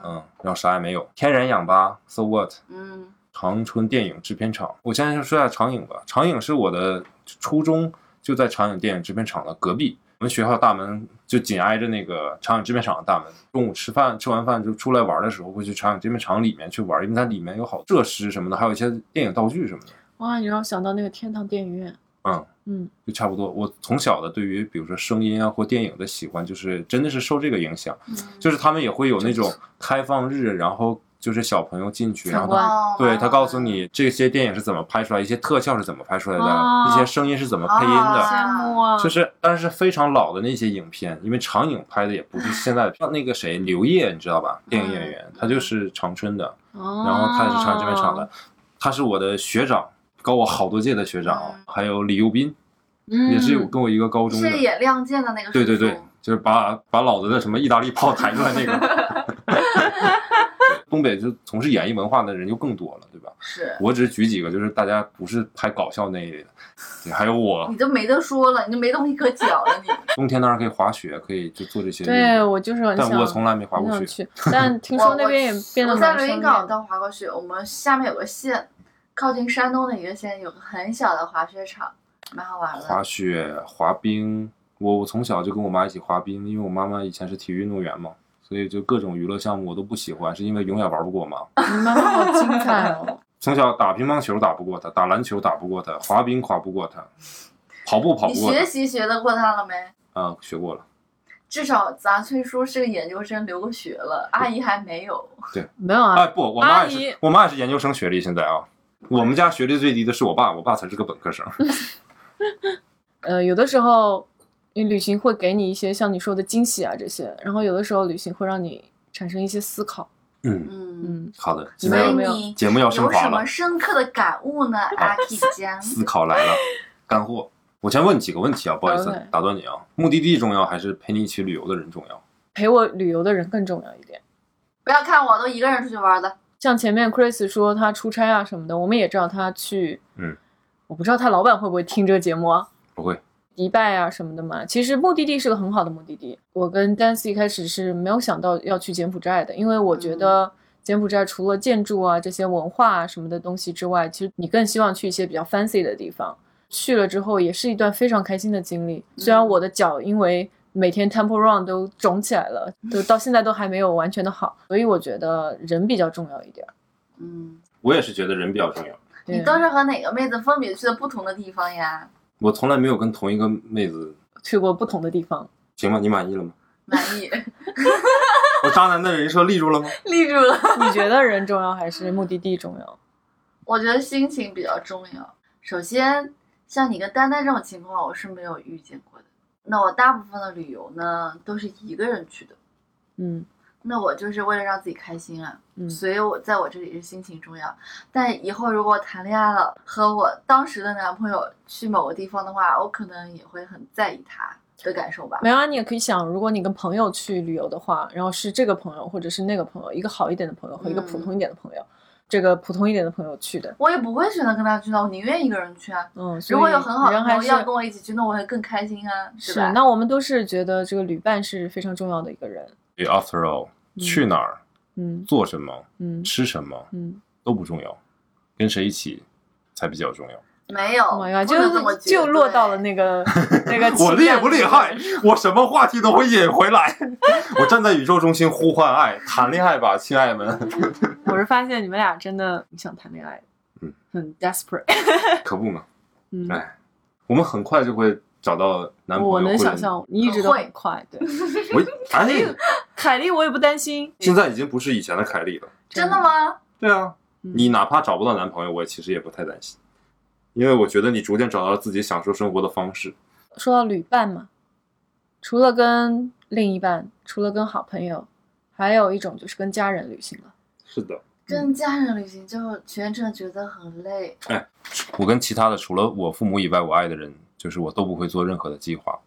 S5: 嗯，然后啥也没有，天然氧吧，so what？
S3: 嗯
S5: 长春电影制片厂。我先说一下长影吧，长影是我的初中就在长影电影制片厂的隔壁，我们学校大门就紧挨着那个长影制片厂的大门。中午吃饭吃完饭就出来玩的时候，会去长影制片厂里面去玩，因为它里面有好设施什么的，还有一些电影道具什么的。
S2: 哇，你让我想到那个天堂电影院。
S5: 嗯
S2: 嗯，
S5: 就差不多，我从小的对于比如说声音啊或电影的喜欢，就是真的是受这个影响，
S3: 嗯
S5: 就是他们也会有那种开放日，然后就是小朋友进去，然后他
S3: 哦
S5: 对他告诉你这些电影是怎么拍出来，一些特效是怎么拍出来的，
S2: 哦
S5: 一些声音是怎么配音的，
S3: 啊
S2: 羡慕啊！
S5: 就是但是非常老的那些影片，因为长影拍的也不是现在的，像那个谁刘烨你知道吧，电影演员，他就是长春的，
S2: 嗯哦，
S5: 然后他也是长春这边厂的，他是我的学长，高我好多届的学长啊
S3: 嗯，
S5: 还有李幼斌
S2: 嗯，
S5: 也是跟我一个高中的，
S3: 是演《亮剑》的那个
S5: 对对
S3: 叔叔
S5: 对，就是把把老子的什么意大利炮抬出来那个。 对东北就从事演艺文化的人就更多了，对吧？
S3: 是
S5: 我只举几个，就是大家不是拍搞笑那一类的，对还有我
S2: 嗯
S3: 你都没得说了，你都没东西可讲了，你
S5: 冬天当然可以滑雪，可以就做这些运动。
S2: 对我就是很想，
S5: 但我从来没滑
S2: 很
S5: 过
S2: 想
S5: 雪。
S2: 去，但听说那边也变得
S3: 我在
S2: 蛮
S3: 连
S2: 商
S3: 云港
S2: 业
S3: 倒滑过雪，我们下面有个县，靠近山东的一个县，有个很小的滑雪场，蛮好玩
S5: 滑
S3: 的。
S5: 雪、滑冰，我我从小就跟我妈一起滑冰，因为我妈妈以前是体育运动员嘛，所以就各种娱乐项目我都不喜欢，是因为永远玩不过我妈。
S2: 你妈妈好精彩 哦！
S5: 从小打乒乓球打不过她，打篮球打不过她，滑冰滑不过她，跑步跑
S3: 你
S5: 不过她
S3: 学。习学得过他了没？
S5: 啊、学过了。
S3: 至少咱崔叔是个研究生，留过学了，阿姨还没有。
S2: 没有
S5: 哎，
S2: 啊，
S5: 不，我妈也
S2: 阿姨
S5: 是，我妈也是研究生学历。现在啊，我们家学历最低的是我爸，我爸才是个本科生。
S2: 呃，有的时候你旅行会给你一些像你说的惊喜啊这些，然后有的时候旅行会让你产生一些思考。
S5: 嗯，
S3: 嗯，
S2: 嗯，
S5: 好的，
S2: 你
S5: 现
S2: 没有
S3: 所
S5: 在
S3: 以
S2: 没有
S3: 你
S5: 节目要升
S3: 有
S5: 华
S3: 什
S5: 了
S3: 么，深刻的感悟 呢？阿 K 江，
S5: 思考来了，干货。我先问你几个问题啊，不好意思
S2: OK
S5: 打断你啊。目的地重要还是陪你一起旅游的人重要？
S2: 陪我旅游的人更重要一点。
S3: 不要看我都一个人出去玩了，
S2: 像前面 Chris 说他出差啊什么的，我们也知道他去，
S5: 嗯，
S2: 我不知道他老板会不会听这个节目啊。
S5: 不会，
S2: 迪拜啊什么的嘛，其实目的地是个很好的目的地。我跟 Dancy 一开始是没有想到要去柬埔寨的，因为我觉得柬埔寨除了建筑啊这些文化啊什么的东西之外，其实你更希望去一些比较 fancy 的地方。去了之后也是一段非常开心的经历，虽然我的脚因为每天 temple run 都肿起来了，都到现在都还没有完全的好，所以我觉得人比较重要一点儿。
S3: 嗯，
S5: 我也是觉得人比较重要。
S2: 对
S3: 你都是和哪个妹子分别去的不同的地方呀？
S5: 我从来没有跟同一个妹子，
S2: 去过不同的地方，
S5: 行吗？你满意了吗？
S3: 满意，
S5: 我渣男的人设立住了吗？
S3: 立住了。
S2: 你觉得人重要还是目的地重要？
S3: 我觉得心情比较重要。首先，像你跟丹丹这种情况，我是没有遇见过的。那我大部分的旅游呢，都是一个人去的。
S2: 嗯
S3: 那我就是为了让自己开心啊，
S2: 嗯，
S3: 所以我在我这里是心情重要。但以后如果谈恋爱了，和我当时的男朋友去某个地方的话，我可能也会很在意他的感受吧。
S2: 没有啊，你也可以想，如果你跟朋友去旅游的话，然后是这个朋友或者是那个朋友，一个好一点的朋友和一个普
S3: 嗯
S2: 通一点的朋友，这个普通一点的朋友去的，
S3: 我也不会选择跟他去的，我宁愿一个人去啊。
S2: 嗯，所以
S3: 如果有很好的
S2: 人
S3: 朋
S2: 还
S3: 友
S2: 是
S3: 要跟我一起去，那我会更开心啊，对
S2: 是
S3: 吧？，
S2: 那我们都是觉得这个旅伴是非常重要的一个人，
S5: 对，after all，、
S2: 嗯
S5: 去哪儿、
S2: 嗯
S5: 做什么、
S2: 嗯
S5: 吃什么
S2: 嗯，
S5: 都不重要，跟谁一起才比较重要。
S3: 没有，
S2: Oh my god，
S3: 哦不能这么哎
S2: 就
S3: 绝
S2: 就落
S3: 对
S2: 到了那 个那个
S5: 我厉
S2: 厉
S5: 不厉害？我什么话题都会引回来。 我站在宇宙中心呼唤爱，谈恋爱吧，亲爱们。
S2: 我是发现你们俩真的你想谈恋爱，
S5: 嗯，
S2: 很 desperate，
S5: 可不嘛，
S2: 嗯，
S5: 哎，我们很快就会找到男朋友。
S2: 我能
S5: 或者
S2: 想象，你一直都
S3: 会
S2: 很快，对。
S5: 我哎，
S2: 凯莉，我也不担心。
S5: 现在已经不是以前的凯莉了。
S3: 真的？吗？
S5: 对啊，
S2: 嗯
S5: 你哪怕找不到男朋友，我也其实也不太担心，因为我觉得你逐渐找到自己享受生活的方式。
S2: 说到旅伴嘛，除了跟另一半，除了跟好朋友，还有一种就是跟家人旅行了。
S5: 是的，
S3: 跟家人旅行就全程觉得很累，
S5: 我跟其他的除了我父母以外，我爱的人，就是我都不会做任何的计划。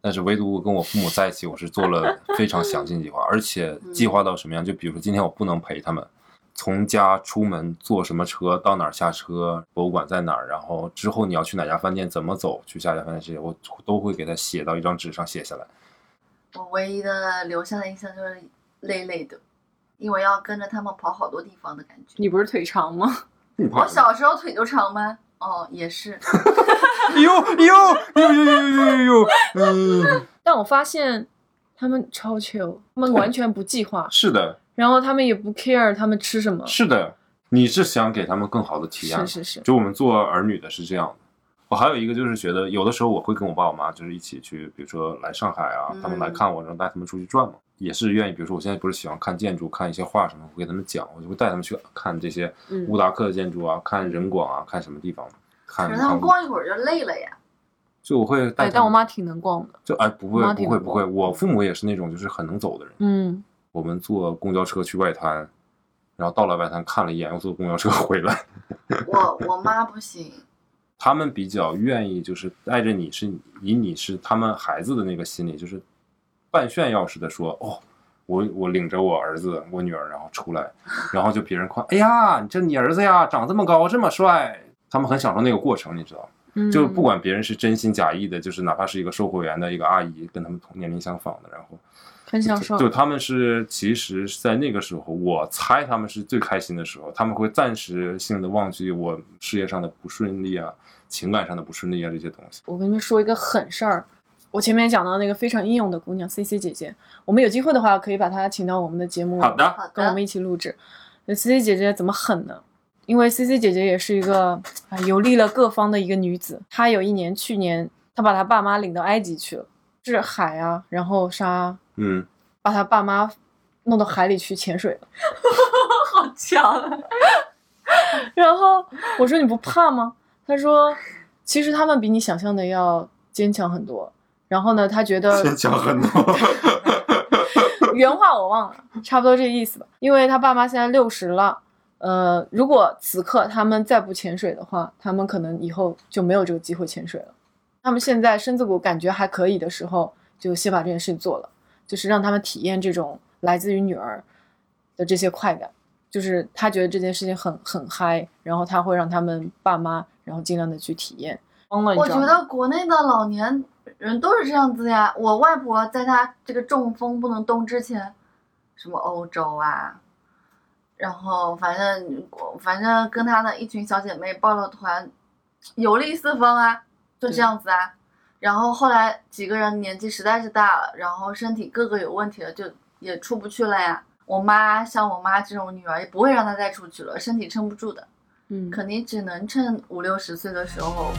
S5: 但是唯独跟我父母在一起，我是做了非常详尽的计划，而且计划到什么样？就比如说今天我不能陪他们，从家出门坐什么车，到哪儿下车，博物馆在哪儿，然后之后你要去哪家饭店，怎么走，去下家饭店这些，我都会给他写到一张纸上写下来。
S3: 我唯一的留下的印象就是累累的，因为要跟着他们跑好多地方的感觉。
S2: 你不是腿长吗？
S5: 你怕
S3: 我小时候腿就长吗？哦，也是。
S5: 呦呦呦呦呦呦呦，嗯，
S2: 但我发现他们超 chill，他们完全不计划，
S5: 是的，
S2: 然后他们也不 care 他们吃什么。
S5: 是的，你是想给他们更好的体验
S2: 是，是是，
S5: 就我们做儿女的是这样的。我还有一个就是觉得，有的时候我会跟我爸我妈就是一起去，比如说来上海啊
S3: 嗯，
S5: 他们来看我，然后带他们出去转嘛，也是愿意。比如说我现在不是喜欢看建筑，看一些画什么，我给他们讲，我就会带他们去看这些
S2: 嗯
S5: 乌达克的建筑啊，看人广啊，看什么地方，看
S3: 可是他
S5: 看
S3: 们逛一会儿就累了呀。
S5: 就我会带
S2: 哎，
S5: 他
S2: 但我
S5: 们
S2: 妈挺能逛的。
S5: 就哎不
S2: 我
S5: 会
S2: 妈
S5: 不
S2: 挺嗯
S5: 会
S2: 能
S5: 不会，我父母也是那种就是很能走的人。
S2: 嗯，
S5: 我们坐公交车去外滩，然后到了外滩看了一眼，又坐公交车回来。
S3: 我我妈不行，
S5: 他们比较愿意就是带着你是以你是他们孩子的那个心理，就是半炫耀似的说哦。我我领着我儿子我女儿，然后出来， 然后就别人夸，哎呀，你这你儿子呀，长这么高这么帅，他们很享受那个过程，你知道吗？
S2: 嗯
S5: 就是不管别人是真心假意的，就是哪怕是一个售货员的一个阿姨，跟他们同年龄相仿的，然后
S2: 很享受。
S5: 就他们是，其实，在那个时候，我猜他们是最开心的时候，他们会暂时性的忘记我事业上的不顺利啊，情感上的不顺利啊这些东西。
S2: 我跟你们说一个狠事儿，我前面讲到那个非常英勇的姑娘 C C 姐姐，我们有机会的话可以把她请到我们的节目，
S5: 好的，
S3: 好
S2: 啊跟我们
S3: 的，
S2: 一起录制。那 C C 姐姐怎么狠呢？因为 C C 姐姐也是一个啊游历了各方的一个女子，她有一年去年她把她爸妈领到埃及去了，是海啊，然后沙，
S5: 嗯，
S2: 把她爸妈弄到海里去潜水了。
S3: 好强。啊
S2: 然后我说你不怕吗？她说其实他们比你想象的要坚强很多。然后呢，她觉得
S5: 强很多。
S2: 原话我忘了，差不多这个意思吧。因为他爸妈现在六十了，呃，如果此刻他们再不潜水的话，他们可能以后就没有这个机会潜水了。他们现在身子骨感觉还可以的时候，就先把这件事情做了，就是让他们体验这种来自于女儿的这些快感。就是他觉得这件事情很很嗨，然后他会让他们爸妈，然后尽量的去体验。疯了，你
S3: 我
S2: 知道
S3: 觉
S2: 吗？
S3: 得国内的老年人都是这样子呀。我外婆在她这个中风不能动之前，什么欧洲啊，然后反正反正跟她的一群小姐妹报了团，游历四方啊，就这样子啊。然后后来几个人年纪实在是大了，然后身体各个有问题了，就也出不去了呀。我妈像我妈这种女儿，也不会让她再出去了，身体撑不住的，
S2: 嗯，
S3: 肯定只能趁五六十岁的时候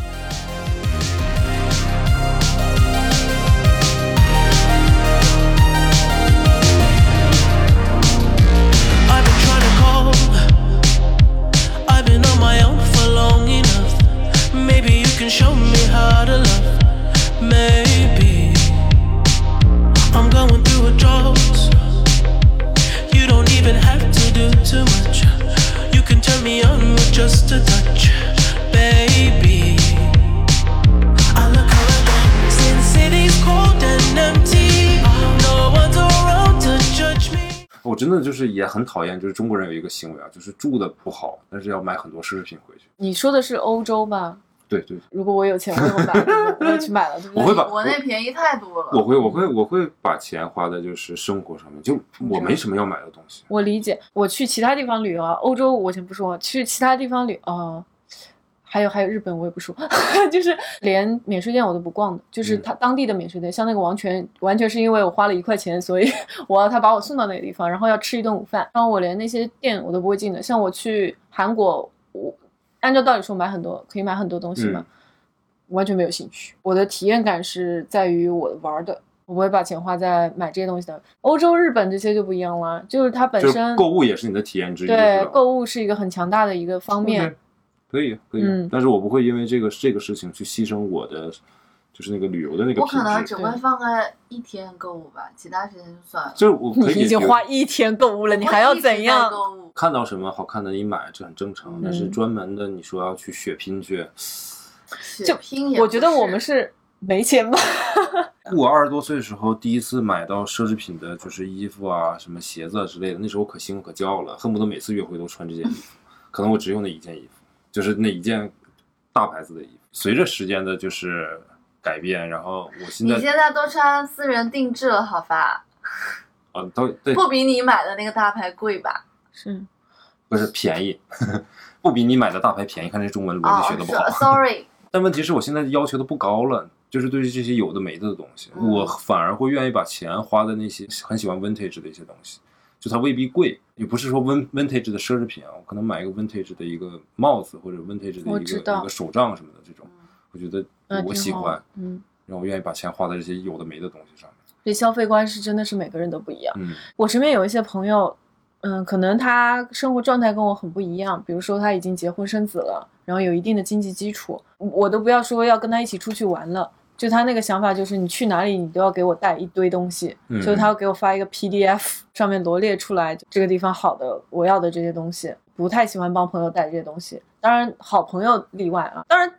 S6: I've been trying to call. I've been on my own for long enough. Maybe you can show me how to love. Maybe I'm going through a drought. You don't even have to do too much. You can turn me on with just a touch, baby. I look around. Since city's cold and empty, no one's around to judge me.
S5: 我真的就是也很讨厌，就是中国人有一个行为啊，就是住的不好，但是要买很多奢侈品回去。
S2: 你说的是欧洲吧？
S5: 对对，
S2: 如果我有钱，我也会买了，我也去买了，对不对？
S5: 我会把
S3: 国内便宜太多了。
S5: 我会我会我会把钱花在就是生活上面，就
S2: 嗯
S5: 我没什么要买的东西。
S2: 我理解，我去其他地方旅游啊，欧洲我先不说，去其他地方旅啊、呃还有还有日本我也不说， 就是连免税店我都不逛的，就是
S5: 嗯
S2: 他当地的免税店，像那个王权，完全是因为我花了一块钱，所以 我要他把我送到那个地方，然后要吃一顿午饭，然后我连那些店我都不会进的，像我去韩国，我按照道理说买很多可以买很多东西嘛，
S5: 嗯
S2: 完全没有兴趣。我的体验感是在于我玩儿的，我不会把钱花在买这些东西的。欧洲、日本这些就不一样了，就是它本
S5: 就是
S2: 身
S5: 购物也是你的体验之一，
S2: 对
S5: 是吧
S2: 购物是一个很强大的一个方面。
S5: OK，可以可以、
S2: 嗯
S5: 但是我不会因为这个这个事情去牺牲我的，就是那个旅游的那个
S3: 我
S5: 品质。嗯
S3: 可能只会
S2: 对
S3: 放个一天购物吧，其他时间就算了。
S5: 就是我可以
S2: 你已经
S5: 解决
S2: 嗯花一天购物了，你还要怎
S3: 我一直在
S2: 样？
S3: 购物？
S5: 看到什么好看的你买，这很正常。但是
S2: 嗯
S5: 专门的你说要去血拼去，
S3: 血拼也
S2: 我觉得
S3: 不是
S2: 我们是没钱吧。
S5: 我二十多岁的时候第一次买到奢侈品的，就是衣服啊、什么鞋子啊之类的，那时候可兴奋可骄傲了，恨不得每次约会都穿这件衣服。可能我只有那一件衣服，就是那一件大牌子的衣服。随着时间的就是改变，然后我现
S3: 你
S5: 在
S3: 现在都穿私人定制了，好吧？
S5: 啊，到对
S3: 不比你买的那个大牌贵吧？
S2: 是，
S5: 不是便宜， 不比你买的大牌便宜。看这中文逻
S3: 哦
S5: 辑学的不
S3: 是
S5: 好。
S3: ，sorry，
S5: 但问题是我现在要求的不高了，就是对于这些有的没的的东西，
S3: 嗯
S5: 我反而会愿意把钱花在那些很喜欢 vintage 的一些东西，就它未必贵，也不是说 vin vintage 的奢侈品啊，我可能买一个 vintage 的一个帽子或者 vintage
S2: 我
S5: 的一
S2: 知
S5: 个
S2: 道
S5: 一个手杖什么的这种，我觉得
S2: 嗯，
S5: 我
S2: 挺
S5: 喜
S2: 好
S5: 欢，
S2: 嗯，
S5: 然后我愿意把钱花在这些有的没的东西上
S2: 这消费观是真的是每个人都不一样。
S5: 面。嗯，
S2: 我身边有一些朋友，嗯，可能他生活状态跟我很不一样，比如说他已经结婚生子了，然后有一定的经济基础，我都不要说要跟他一起出去玩了。就他那个想法，就是你去哪里，你都要给我带一堆东西，
S5: 嗯
S2: 就是他要给我发一个 PDF，上面罗列出来这个地方好的，我要的这些东西。不太喜欢帮朋友带这些东西，当然好朋友例外啊。当然，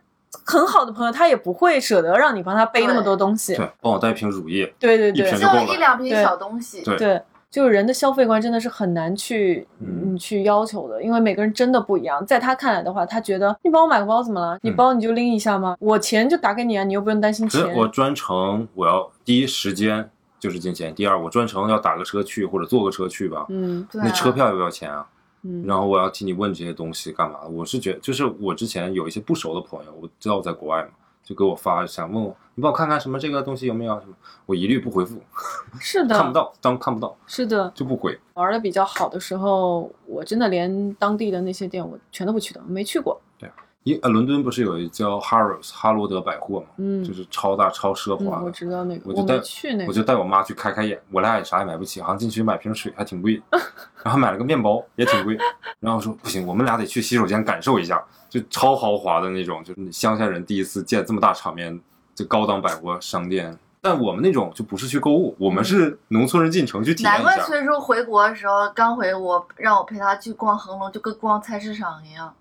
S2: 很好的朋友他也不会舍得让你帮他背那么多东西。
S5: 对，帮我带一瓶乳液，
S2: 对对
S5: 一
S2: 对
S5: 瓶，
S3: 就一两瓶
S2: 对
S3: 小东西。
S5: 对
S2: 对，就是人的消费观真的是很难去
S5: 嗯
S2: 嗯去要求的，因为每个人真的不一样。在他看来的话，他觉得你帮我买个包怎么了？你
S5: 嗯
S2: 包你就拎一下吗？我钱就打给你啊，你又不用担心
S5: 可
S2: 钱
S5: 是。我专程我要第一时间就是金钱，第二我专程要打个车去或者坐个车去吧，
S2: 嗯
S3: 对啊
S5: 那车票要不要钱啊？
S2: 嗯
S5: 然后我要替你问这些东西干嘛？我是觉就是我之前有一些不熟的朋友，我知道我在国外嘛，就给我发想问我，你帮我看看什么这个东西有没有啊什么，我一律不回复，
S2: 是
S5: 看
S2: 的，
S5: 不到当看不到
S2: 是的。
S5: 就不回。
S2: 玩的比较好的时候，我真的连当地的那些店我全都不去的，没去过。
S5: 因呃伦敦不是有一叫 Harrods 哈罗德百货嘛，
S2: 嗯
S5: 就是超大超奢
S2: 嗯，
S5: 华
S2: 我
S5: 的，
S2: 知道那个，我
S5: 我就带
S2: 没去那
S5: 我
S2: 个。
S5: 就带我妈去开开眼，我俩也啥也买不起，好像进去买瓶水还挺贵， 然后买了个面包也挺贵，然后说不行，我们俩得去洗手间感受一下，就超豪华的那种，就是乡下人第一次见这么大场面，就高档百货商店。但我们那种就不是去购物，我们是农村人进城去体验
S3: 难
S5: 一
S3: 怪
S5: 下。
S3: 崔叔回国的时候，刚回国让我陪他去逛恒隆，就跟逛菜市场一样。
S5: 啊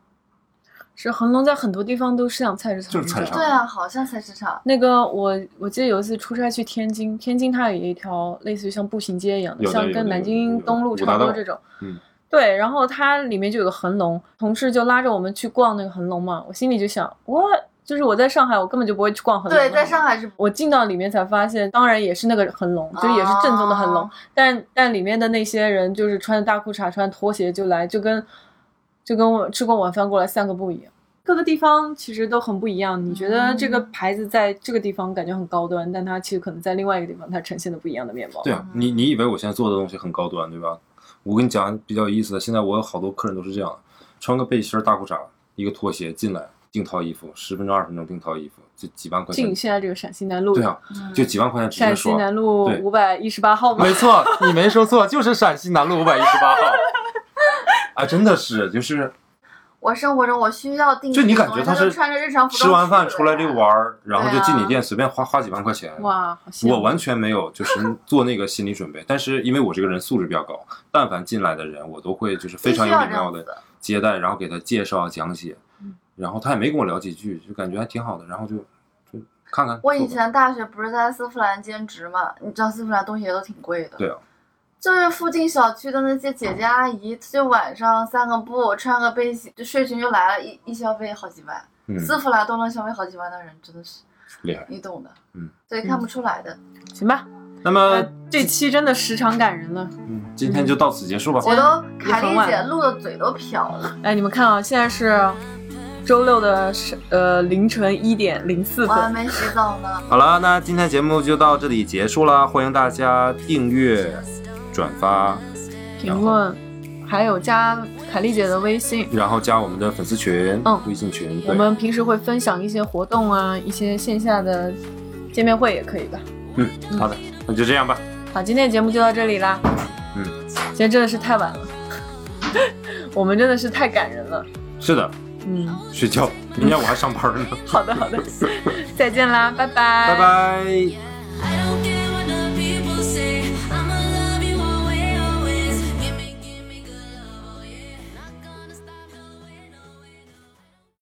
S2: 是恒隆在很多地方都是像菜市场
S5: 就是菜
S2: 一样
S5: 市场
S3: 对啊，好像菜市场。
S2: 那个我我记得有一次出差去天津，天津它有一条类似于像步行街一样的，
S5: 有的
S2: 像
S5: 有
S2: 跟
S5: 的
S2: 南
S5: 有的
S2: 京
S5: 有的
S2: 东路
S5: 五
S2: 差
S5: 大
S2: 不多
S5: 道
S2: 这种。
S5: 嗯。
S2: 对，然后它里面就有个恒隆，同事就拉着我们去逛那个恒隆嘛，我心里就想，我就是我在上海，我根本就不会去逛恒隆。
S3: 对，在上。海是
S2: 我进到里面才发现，当然也是那个恒隆，就也是正宗的恒隆，
S3: 啊
S5: 哦
S2: 但但里面的那些人就是穿着大裤衩、穿拖鞋就来，就跟就跟我吃过晚饭过来散个步一样。各个地方其实都很不一样。你觉得这
S5: 嗯
S2: 个牌子在这个地方感觉很高端，但它其实可能在另外一个地方，它呈现的不一样的面貌。
S5: 对啊，你你以为我现在做的东西很高端，对吧？我跟你讲比较有意思的，现在我有好多客人都是这样，穿个背心儿、大裤衩、一个拖鞋进来定套衣服，十分钟、二十分钟定套衣服，就几万块钱
S2: 进。现在这个陕西南路，
S5: 对啊，就几万块钱直接
S2: 陕西
S5: 爽。
S2: 南路
S5: 对
S2: 五百一十八号嘛，
S5: 没错，你没说错，就是陕西南路五百一十八号。 啊，真的是，就是
S3: 我生活中我需要定制
S5: 就
S3: 的东
S5: 你
S3: 西，
S5: 感觉他
S3: 就是穿着日常服装
S5: 吃完饭
S3: 去
S5: 出来遛弯儿，然后
S3: 对
S5: 就
S3: 啊
S5: 进你店随便花花几万块钱。
S2: 哇，好羡慕
S5: 我完全没有 就是做那个心理准备，但是因为我这个人素质比较高，但凡进来的人，我都会就是非常有礼貌
S3: 必须要这
S5: 的
S3: 样
S5: 接待，然后给他介绍啊讲解，
S2: 嗯
S5: 然后他也没跟我聊几句，就感觉还挺好的，然后就就看看。
S3: 我以
S5: 做吧
S3: 前大学不是在丝芙兰兼职嘛，你知道丝芙兰东西也都挺贵的。
S5: 对啊，
S3: 就是附近小区的那些姐姐阿姨，就晚上散个步，穿个背心就睡裙就来了，一一消费好几万，
S5: 嗯，
S3: 丝芙兰都能消费好几万的人，真的是
S5: 厉害。
S3: 你懂的。
S5: 嗯，
S3: 所以看不出来的。
S2: 行吧。
S5: 那么
S2: 呃，这期真的时长感人了。
S5: 嗯今天就到此结束吧。
S3: 我都凯
S2: 也很
S3: 丽
S2: 晚
S3: 姐录的嘴都瓢 了，
S2: 哎，你们看啊，现在是周六的是呃凌晨一点零四
S3: 我还
S2: 分。
S3: 没洗澡呢。
S5: 好了，那今天节目就到这里结束啦，欢迎大家订阅、转发，
S2: 评论还有加凯丽姐的微信。
S5: 然后加我们的粉丝群、
S2: 嗯
S5: 微信群，对
S2: 我们平时会分享一些活动啊，一些线下的见面会也可以吧。
S5: 嗯，好的，那就这样吧，
S2: 好，今天的节目就到这里啦。
S5: 嗯，
S2: 今天真的是太晚了， 我们真的是太感人了。
S5: 是的，
S2: 嗯，
S5: 睡觉，明天我还上班呢，
S2: 好的好的，再见啦，拜拜，
S5: 拜拜。